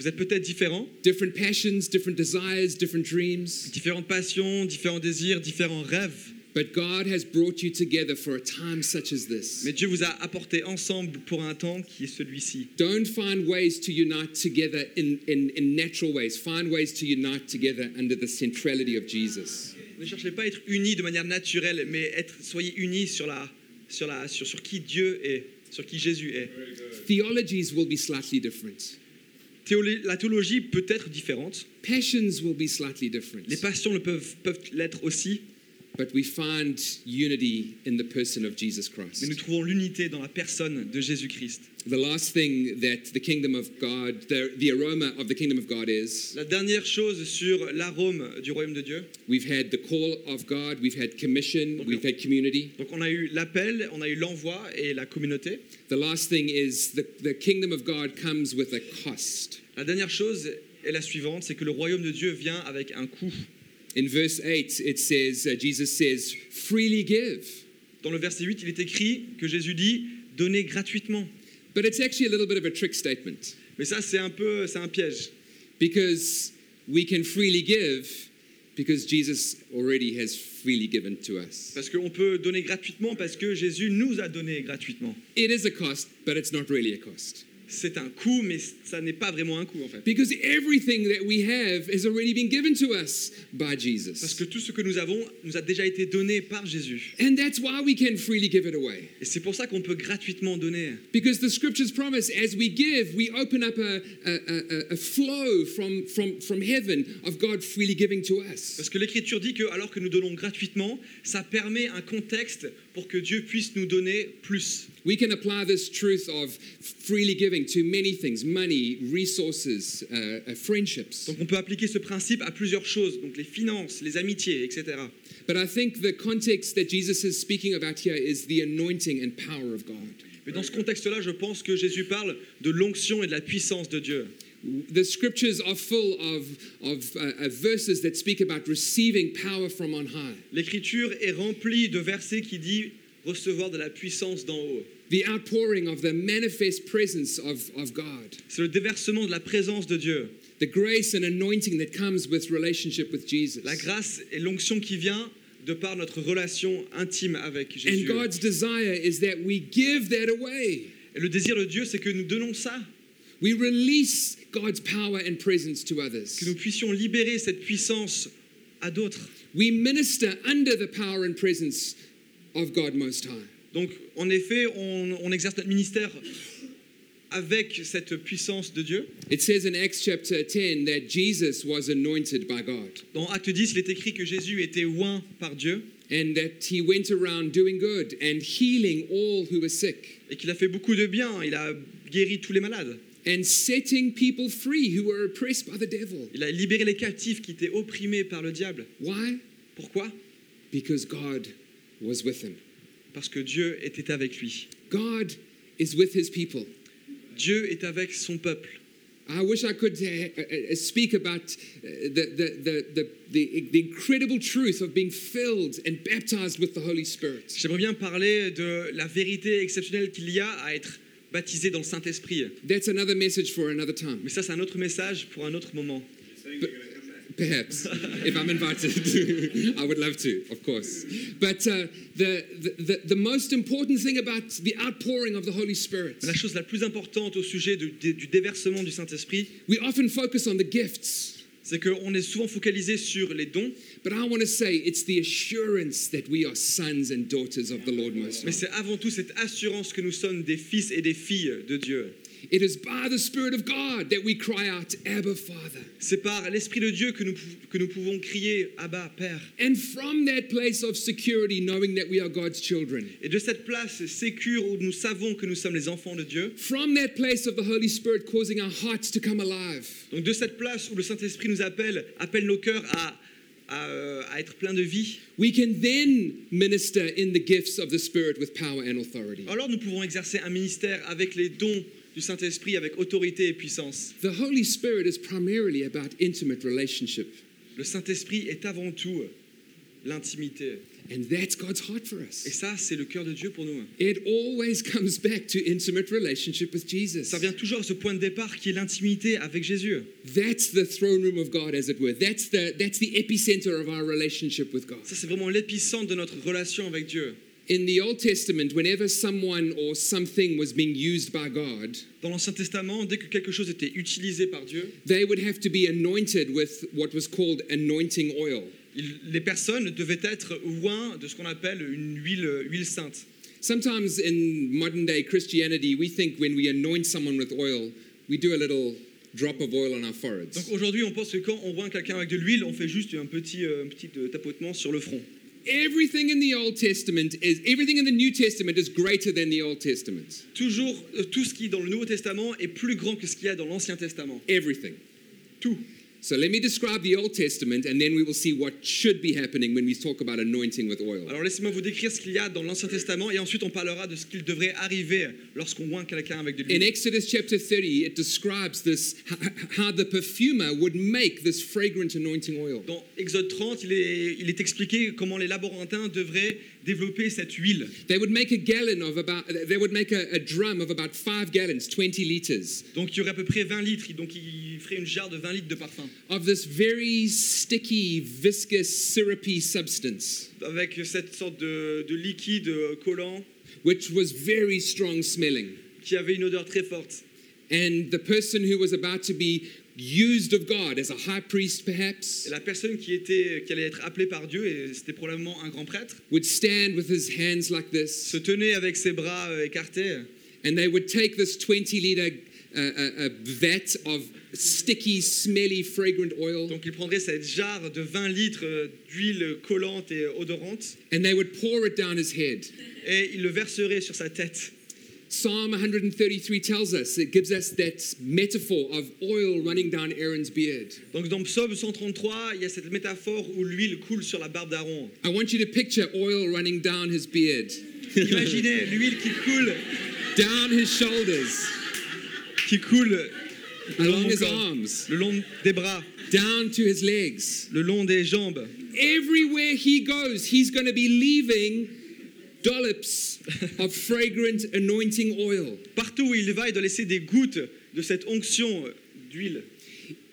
S2: Vous êtes peut-être différents,
S3: different passions, different desires, different dreams,
S2: différentes passions, différents désirs, différents rêves,
S3: but God has brought you together for a time such as this.
S2: mais Dieu vous a apporté ensemble pour un temps qui est celui-ci.
S3: Don't find ways to unite together in, in, in natural ways. Find ways to unite together under the centrality of Jesus.
S2: Ne cherchez pas à être unis de manière naturelle, mais être, soyez unis sur, la, sur, la, sur, sur qui Dieu est, sur qui Jésus est.
S3: Theologies will be slightly different.
S2: Théolo- la théologie peut être différente,
S3: Passions will be slightly different.
S2: les passions le peuvent, peuvent l'être aussi,
S3: But we find unity in the person of Jesus
S2: mais nous
S3: Christ.
S2: trouvons l'unité dans la personne de Jésus-Christ.
S3: The last thing that the kingdom of God, the, the aroma of the kingdom of God is
S2: La dernière chose sur l'arôme du royaume de Dieu.
S3: we've had the call of God, we've had commission, we've had community.
S2: Donc on a eu l'appel, on a eu l'envoi et la communauté.
S3: The last thing is the, the kingdom of God comes with a cost.
S2: La dernière chose est la suivante, c'est que le royaume de Dieu vient avec un coût.
S3: In verse 8, it says, uh, Jesus says, freely give.
S2: Dans le verset 8, il est écrit que Jésus dit donnez gratuitement.
S3: But it's actually a little bit of a trick statement
S2: Mais ça c'est un peu c'est un piège
S3: because we can freely give because Jesus already has freely given to us.
S2: parce qu'on peut donner gratuitement parce que Jésus nous a donné gratuitement.
S3: It is a cost, but it's not really a cost.
S2: C'est un coût mais ça n'est pas vraiment un coût en fait.
S3: Because everything that we have has already been given to us by
S2: Parce
S3: Jesus.
S2: que tout ce que nous avons nous a déjà été donné par Jésus.
S3: And that's why we can freely give it away.
S2: Et c'est pour ça qu'on peut gratuitement donner.
S3: Because the scriptures promise as we give, we open up a, a, a, a flow from, from, from heaven of God freely giving to us.
S2: Parce que l'Écriture dit que alors que nous donnons gratuitement, ça permet un contexte pour que Dieu puisse nous donner plus.
S3: We can apply this truth of freely giving to many things money, resources, uh, uh, friendships.
S2: Donc on peut appliquer ce principe à plusieurs choses, donc les finances, les amitiés, etc.
S3: But I think the context that Jesus is speaking about here is the anointing and power of God.
S2: Mais dans ce contexte-là, je pense que Jésus parle de l'onction et de la puissance de Dieu.
S3: The scriptures are full of, of uh, uh, verses that speak about receiving power from on high.
S2: L'écriture est remplie de versets qui dit recevoir de la puissance d'en haut.
S3: The outpouring of the manifest presence of, of God.
S2: C'est le déversement de la présence de Dieu,
S3: The grace and anointing that comes with relationship with Jesus.
S2: la grâce et l'onction qui vient de par notre relation intime avec
S3: and
S2: Jésus.
S3: God's desire is that we give that away.
S2: Et le désir de Dieu, c'est que nous donnons ça,
S3: We release God's power and presence to others.
S2: que nous puissions libérer cette puissance à d'autres.
S3: We minister under the power and presence of God Most High.
S2: Donc, en effet, on, on exerce notre ministère avec cette puissance de Dieu.
S3: It says in Acts chapter 10 that Jesus was anointed by God
S2: Dans Acte 10, il est écrit que Jésus était oint par Dieu
S3: and that he went around doing good and healing all who were sick
S2: et qu'il a fait beaucoup de bien. Il a guéri tous les malades.
S3: and setting people free who were oppressed by the devil.
S2: Il a libéré les captifs qui étaient opprimés par le diable.
S3: Why?
S2: Pourquoi
S3: Because God was with him.
S2: Parce que Dieu était avec lui.
S3: God is with his people.
S2: Dieu est avec son peuple.
S3: I wish I could uh, uh, uh, speak about uh, the, the, the, the, the, the incredible truth of being filled and baptized with the Holy Spirit.
S2: J'aimerais bien parler de la vérité exceptionnelle qu'il y a à être baptisé dans le Saint-Esprit.
S3: That's another message for another
S2: Mais
S3: time,
S2: ça, c'est un autre message pour un autre moment.
S3: perhaps, if I'm invited. I would love to, of course. But uh, the, the, the, the most important thing about the outpouring of the Holy Spirit,
S2: La chose la plus importante au sujet du, du déversement du Saint-Esprit,
S3: we often focus on the gifts,
S2: c'est qu'on est souvent focalisé sur les dons,
S3: but I want to say it's the assurance that we are sons and daughters of the Lord Most
S2: mais
S3: High.
S2: c'est avant tout cette assurance que nous sommes des fils et des filles de Dieu.
S3: It is by the Spirit of God that we cry out, Abba, Father.
S2: C'est par l'Esprit de Dieu que nous, pou- que nous pouvons crier Abba, Père.
S3: And from that place of security, knowing that we are God's children,
S2: Et de cette place sécure où nous savons que nous sommes les enfants de Dieu,
S3: from that place of the Holy Spirit causing our hearts to come alive,
S2: donc de cette place où le Saint-Esprit nous appelle, appelle nos cœurs à, à, euh, à être pleins de vie,
S3: We can then minister in the gifts of the Spirit with power and authority.
S2: alors nous pouvons exercer un ministère avec les dons du Saint-Esprit, avec autorité et puissance.
S3: The Holy Spirit is primarily about intimate relationship,
S2: Le Saint-Esprit est avant tout l'intimité.
S3: and that's God's heart for us.
S2: Et ça, c'est le cœur de Dieu pour nous.
S3: It always comes back to intimate relationship with Jesus.
S2: Ça vient toujours à ce point de départ qui est l'intimité avec Jésus.
S3: That's the throne room of God, as it were. That's the, that's the epicenter of our relationship with God.
S2: Ça, c'est vraiment l'épicentre de notre relation avec Dieu.
S3: In the Old Testament, whenever someone or something was being used by God,
S2: Dans l'Ancien Testament, dès que quelque chose était utilisé par Dieu,
S3: they would have to be anointed with what was called anointing oil.
S2: il- les personnes devaient être loin de ce qu'on appelle une huile, huile sainte.
S3: Sometimes in modern day Christianity, we think when we anoint someone with oil, we do a little drop of oil on our
S2: Donc
S3: foreheads.
S2: aujourd'hui, on pense que quand on voit quelqu'un avec de l'huile, on fait juste un petit, euh, un petit euh, tapotement sur le front.
S3: Everything in the Old Testament is, everything in the New Testament is greater than the Old Testament.
S2: Toujours, euh, tout ce qui est dans le Nouveau Testament est plus grand que ce qu'il y a dans l'Ancien Testament.
S3: Everything.
S2: Tout.
S3: So let me describe the Old Testament and then we will see what should be happening when we talk about anointing with oil.
S2: Alors laissez-moi vous décrire ce qu'il y a dans l'Ancien Testament et ensuite on parlera de ce qu'il devrait arriver lorsqu'on oint quelqu'un avec de
S3: In
S2: l'huile.
S3: Exodus chapter 30, it describes this h- h- how the perfumer would make this fragrant anointing oil.
S2: Dans Exode 30, il est, il est expliqué comment les laborantins devraient développer cette huile.
S3: They would make a gallon of about, they would make a, a drum of about five gallons, 20 liters,
S2: Donc il y aurait à peu près 20 litres, donc il ferait une jarre de 20 litres de parfum
S3: of this very sticky, viscous, syrupy substance,
S2: avec cette sorte de, de liquide euh, collant
S3: which was very strong smelling.
S2: qui avait une odeur très forte.
S3: And the person who was about to be used of God as a high priest,
S2: Et
S3: perhaps,
S2: la personne qui, était, qui allait être appelée par Dieu, et c'était probablement un grand prêtre,
S3: would stand with his hands like this,
S2: se tenait avec ses bras euh, écartés
S3: and they would take this 20 liter a, a, a vat of sticky, smelly, fragrant oil,
S2: Donc il prendrait cette jarre de 20 litres euh, d'huile collante et odorante
S3: and they would pour it down his head.
S2: et il le verserait sur sa tête.
S3: Psalm 133 tells us, it gives us that metaphor of oil running down Aaron's beard.
S2: Donc dans Psaume 133, il y a cette métaphore où l'huile coule sur la barbe d'Aaron.
S3: I want you to picture oil running down his beard,
S2: Imaginez l'huile qui coule,
S3: down his shoulders,
S2: qui coule le long
S3: along
S2: du
S3: his
S2: corps,
S3: arms,
S2: le long des bras,
S3: down to his legs.
S2: le long des jambes.
S3: Everywhere he goes, he's going to be leaving dollops of fragrant anointing oil.
S2: Partout où il va, il doit laisser des gouttes de cette onction euh, d'huile.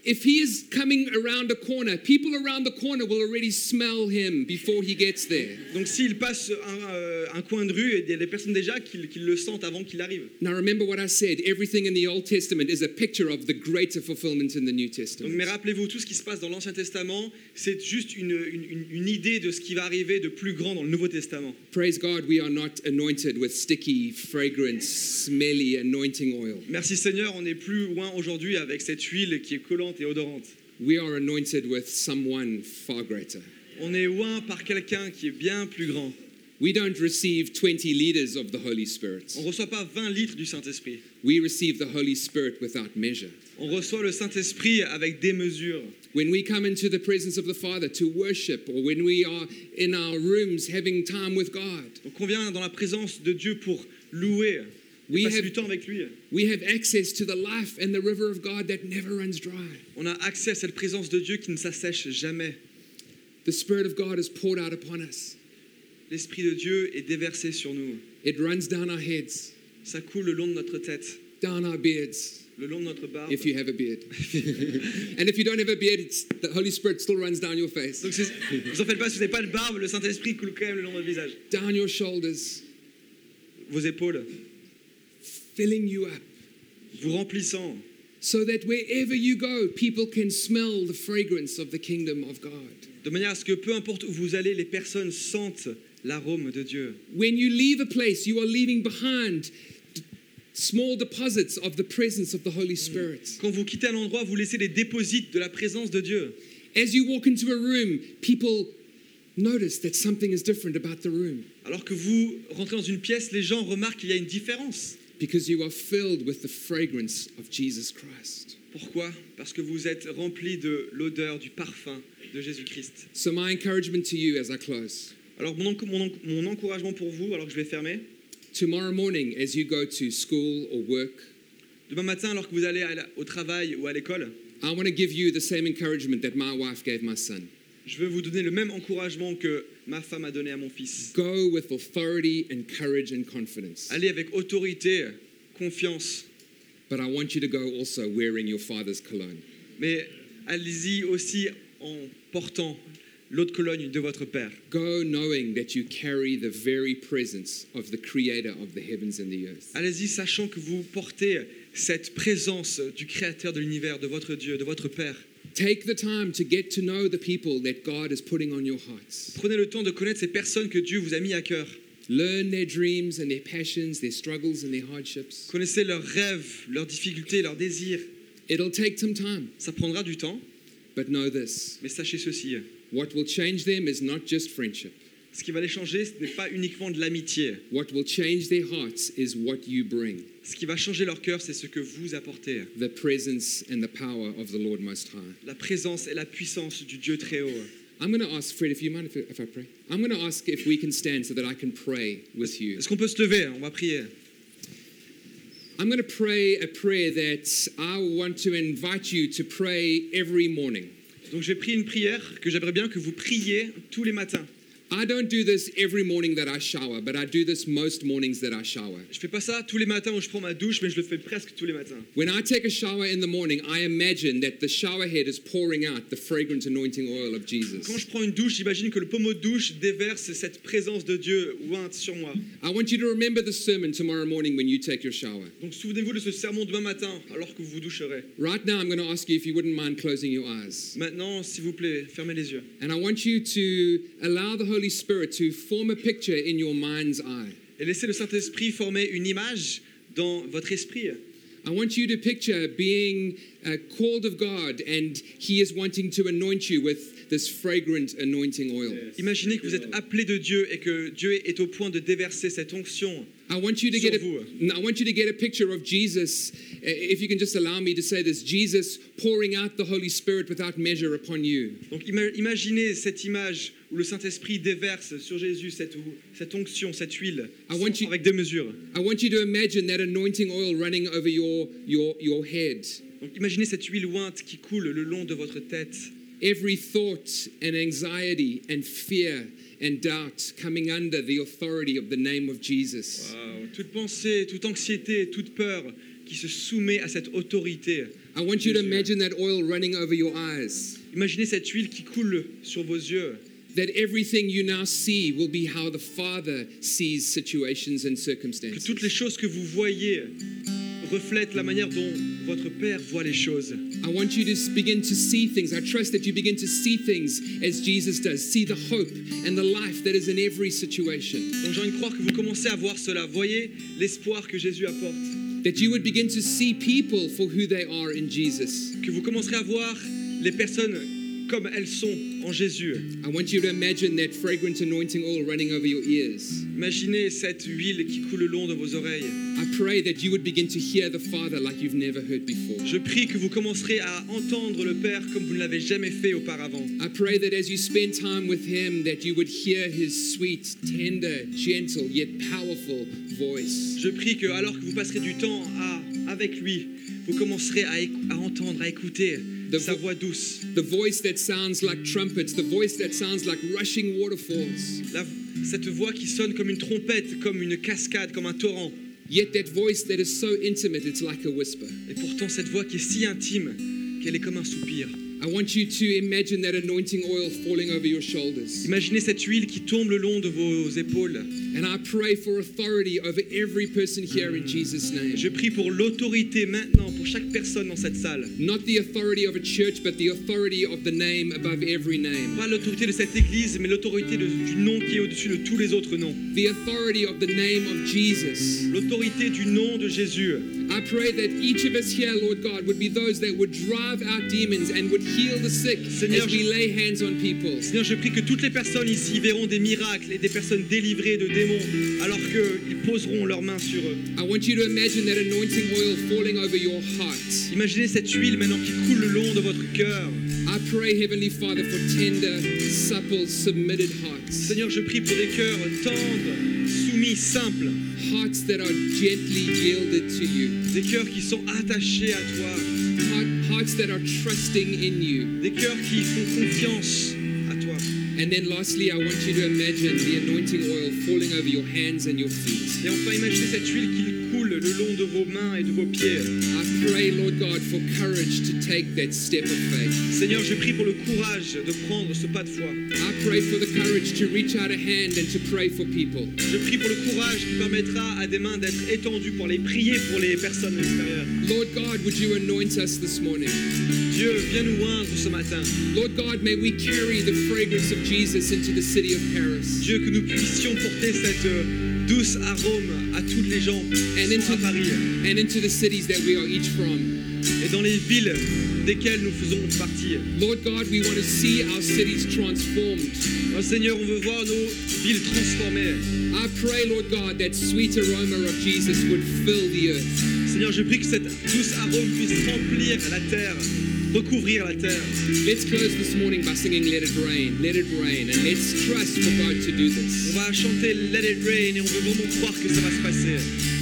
S3: If he is coming around a corner, people around the corner will already smell him before he gets there.
S2: Donc s'il passe un, euh, un coin de rue, il y a des personnes déjà qui, qui le sentent avant qu'il arrive.
S3: Now remember what I said everything in the Old Testament is a picture of the greater fulfillment in the New
S2: Donc,
S3: Testament.
S2: mais rappelez-vous, tout ce qui se passe dans l'Ancien Testament, c'est juste une, une- une- une idée de ce qui va arriver de plus grand dans le Nouveau Testament.
S3: Praise God, we are not anointed with sticky, fragrant, smelly anointing oil.
S2: Merci Seigneur, on est plus loin aujourd'hui avec cette huile qui est collante et odorante.
S3: We are anointed with someone far greater.
S2: On est loin par quelqu'un qui est bien plus grand.
S3: We don't receive 20 liters of the Holy Spirit.
S2: On ne reçoit pas 20 litres du Saint-Esprit.
S3: We receive the Holy Spirit without measure.
S2: On reçoit le Saint-Esprit avec des mesures.
S3: When we come into the presence of the Father to worship, or when we are in our rooms having time with God,
S2: Donc on vient dans la présence de Dieu pour louer, et
S3: We
S2: passer
S3: have-
S2: du temps avec lui.
S3: we have access to the life and the river of God that never runs dry.
S2: On a accès à cette présence de Dieu qui ne s'assèche jamais.
S3: The Spirit of God is poured out upon us,
S2: L'Esprit de Dieu est déversé sur nous.
S3: it runs down our heads,
S2: Ça coule le long de notre tête,
S3: down our beards,
S2: le long de notre barbe.
S3: if you have a beard. and if you don't have a beard, it's, the Holy Spirit still runs down your face,
S2: Donc c'est- vous en faites pas, si vous n'avez pas de barbe, le Saint-Esprit coule quand même le long de votre visage.
S3: down your shoulders,
S2: Vos épaules,
S3: filling you up.
S2: vous remplissant.
S3: so that wherever you go, people can smell the fragrance of the kingdom of God.
S2: De manière à ce que peu importe où vous allez, les personnes sentent l'arôme de Dieu.
S3: When you leave a place, you are leaving behind d- small deposits of the presence of the Holy Spirit.
S2: Quand vous quittez un endroit, vous laissez des déposits de la présence de Dieu.
S3: As you walk into a room, people notice that something is different about the room
S2: Alors que vous rentrez dans une pièce, les gens remarquent qu'il y a une différence.
S3: because you are filled with the fragrance of Jesus Christ.
S2: Pourquoi Parce que vous êtes remplis de l'odeur, du parfum de Jésus-Christ.
S3: So, my encouragement to you as I close
S2: Alors mon, enc- mon enc- mon encouragement pour vous, alors que je vais fermer,
S3: tomorrow morning, as you go to school or work,
S2: demain matin, alors que vous allez à la- au travail ou à l'école,
S3: I want to give you the same encouragement that my wife gave my son.
S2: je veux vous donner le même encouragement que ma femme a donné à mon fils.
S3: Go with authority and courage and confidence.
S2: Allez avec autorité, confiance,
S3: But I want you to go also wearing your father's cologne.
S2: mais allez-y aussi en portant l'eau de Cologne de votre Père.
S3: Go knowing that you carry the very presence of the creator of the heavens and the earth.
S2: Allez-y sachant que vous portez cette présence du Créateur de l'univers, de votre Dieu, de votre Père.
S3: Take the time to get to know the people that God is putting on your hearts.
S2: Prenez le temps de connaître ces personnes que Dieu vous a mis à cœur.
S3: Learn their dreams and their passions, their struggles and their hardships.
S2: Connaissez leurs rêves, leurs difficultés, leurs désirs.
S3: It'll take some time,
S2: Ça prendra du temps,
S3: but know this
S2: mais sachez ceci.
S3: what will change them is not just friendship.
S2: Ce qui va les changer, ce n'est pas uniquement de l'amitié.
S3: What will change their hearts is what you bring
S2: Ce qui va changer leur cœur, c'est ce que vous apportez.
S3: the presence and the power of the Lord Most High.
S2: La présence et la puissance du Dieu très haut.
S3: I'm going to ask, Fred, if you mind if, if I pray? I'm going to ask if we can stand so that I can pray with you.
S2: Est-ce qu'on peut se lever On va prier.
S3: I'm going to pray a prayer that I want to invite you to pray every morning.
S2: Donc j'ai pris une prière que j'aimerais bien que vous priez tous les matins.
S3: I don't do this every morning that I shower, but I do this most mornings that I shower.
S2: Je fais pas ça tous les matins où je prends ma douche, mais je le fais presque tous les matins.
S3: When I take a shower in the morning, I imagine that the shower head is pouring out the fragrant anointing oil of
S2: Quand je
S3: Jesus.
S2: prends une douche, j'imagine que le pommeau de douche déverse cette présence de Dieu ointe sur moi.
S3: I want you to remember the sermon tomorrow morning when you take your shower.
S2: Donc souvenez-vous de ce sermon demain matin, alors que vous vous doucherez.
S3: Right now, I'm going to ask you if you wouldn't mind closing your eyes.
S2: Maintenant, s'il vous plaît, fermez les yeux.
S3: And I want you to allow the Holy Spirit to form a picture in your mind's eye.
S2: Et laissez le Saint-Esprit former une image dans votre esprit.
S3: I want you to picture being uh, called of God and He is wanting to anoint you with this fragrant anointing oil.
S2: Imaginez que vous êtes appelé de Dieu et que Dieu est au point de déverser cette onction.
S3: I want you to
S2: Sur
S3: get
S2: vous.
S3: a, I want you to get a picture of Jesus. i- If you can just allow me to say this, Jesus pouring out the Holy Spirit without measure upon you.
S2: Donc ima- imaginez cette image où le Saint-Esprit déverse sur Jésus cette, cette onction, cette huile,
S3: I want
S2: sans-
S3: you-
S2: avec des mesures.
S3: I want you to imagine that anointing oil running over your your your head.
S2: Donc imaginez cette huile ointe qui coule le long de votre tête.
S3: Every thought and anxiety and fear and doubt coming under the authority of the name of Jesus.
S2: Toute pensée, toute anxiété, toute peur qui se soumet à cette autorité.
S3: I want you
S2: Yes,
S3: to
S2: sir.
S3: imagine that oil running over your eyes.
S2: Imaginez cette huile qui coule sur vos yeux.
S3: That everything you now see will be how the Father sees situations and
S2: Que
S3: circumstances.
S2: toutes les choses que vous voyez reflètent la manière dont votre Père voit les choses.
S3: I want you to s- begin to see things. I trust that you begin to see things as Jesus does. See the hope and the life that is in every situation.
S2: Donc j'ai envie de croire que vous commencez à voir cela. Voyez l'espoir que Jésus apporte.
S3: That you would begin to see people for who they are in Jesus.
S2: Que vous commencerez à voir les personnes comme elles sont en Jésus.
S3: I want you to imagine that fragrant anointing oil running over your ears.
S2: Imaginez cette huile qui coule le long de vos oreilles.
S3: I pray that you would begin to hear the Father like you've never heard before.
S2: Je prie que vous commencerez à entendre le Père comme vous ne l'avez jamais fait auparavant.
S3: I pray that as you spend time with Him, that you would hear His sweet, tender, gentle, yet powerful voice.
S2: Je prie que, alors que vous passerez du temps à- avec lui, vous commencerez à, éc- à entendre, à écouter
S3: De
S2: sa
S3: vo-
S2: voix douce,
S3: The voice that sounds like trumpets, the voice that sounds like rushing waterfalls.
S2: la- cette voix qui sonne comme une trompette, comme une cascade, comme un torrent.
S3: Yet that voice that is so intimate, it's like a whisper.
S2: Et pourtant, cette voix qui est si intime qu'elle est comme un soupir.
S3: I want you to imagine that anointing oil falling over your shoulders.
S2: Imaginez cette huile qui tombe le long de vos épaules.
S3: And I pray for authority over every person here in Jesus' name.
S2: Je prie pour l'autorité maintenant, pour chaque personne dans cette salle.
S3: Not the authority of a church, but the authority of the name above every name.
S2: Pas l'autorité de cette église, mais l'autorité de- du nom qui est au-dessus de tous les autres noms.
S3: The authority of the name of Jesus.
S2: L'autorité du nom de Jésus.
S3: I pray that each of us here, Lord God, would be those that would drive out demons and would heal the sick
S2: Seigneur,
S3: as we lay hands on people.
S2: Seigneur, je prie que toutes les personnes ici verront des miracles et des personnes délivrées de démons alors qu'ils poseront leurs mains sur eux.
S3: I want you to imagine that anointing oil falling over your heart.
S2: Imaginez cette huile maintenant qui coule le long de votre cœur.
S3: I pray, Heavenly Father, for tender, supple, submitted hearts.
S2: Seigneur, je prie pour des cœurs tendres, soumis, simples,
S3: Hearts that are gently yielded to you.
S2: des cœurs qui sont attachés à toi,
S3: Heart, hearts that are trusting in you.
S2: des cœurs qui font confiance à toi.
S3: And then lastly, I want you to imagine the anointing oil falling over your hands and your feet.
S2: Et enfin, imaginez cette huile qui coule le long de vos mains et de vos pieds.
S3: I pray, Lord God, for courage to take that step of faith.
S2: Seigneur, je prie pour le courage de prendre ce pas de foi.
S3: I pray for the courage to reach out a hand and to pray for people.
S2: Je prie pour le courage qui permettra à des mains d'être étendues pour les prier pour les personnes extérieures.
S3: Lord God, would you anoint us this morning?
S2: Dieu, viens nous oindre ce matin.
S3: Lord God, may we carry the fragrance of Jesus into the city of Paris
S2: Dieu, que nous puissions porter cette euh, douce arôme à toutes les gens
S3: and
S2: qui sont
S3: into,
S2: à Paris
S3: and into the cities that we are each from.
S2: et dans les villes desquelles nous faisons partie.
S3: Lord God, we want to see our cities transformed.
S2: Oh, Seigneur, on veut voir nos villes transformées.
S3: I pray, Lord God, that sweet aroma of Jesus would fill the earth.
S2: Seigneur, je prie que cette douce arôme puisse remplir la terre, recouvrir la terre.
S3: Let's close this morning by singing Let It Rain, Let It Rain, and let's trust for God to do
S2: On
S3: this.
S2: va chanter Let It Rain et on veut vraiment croire que ça va se passer.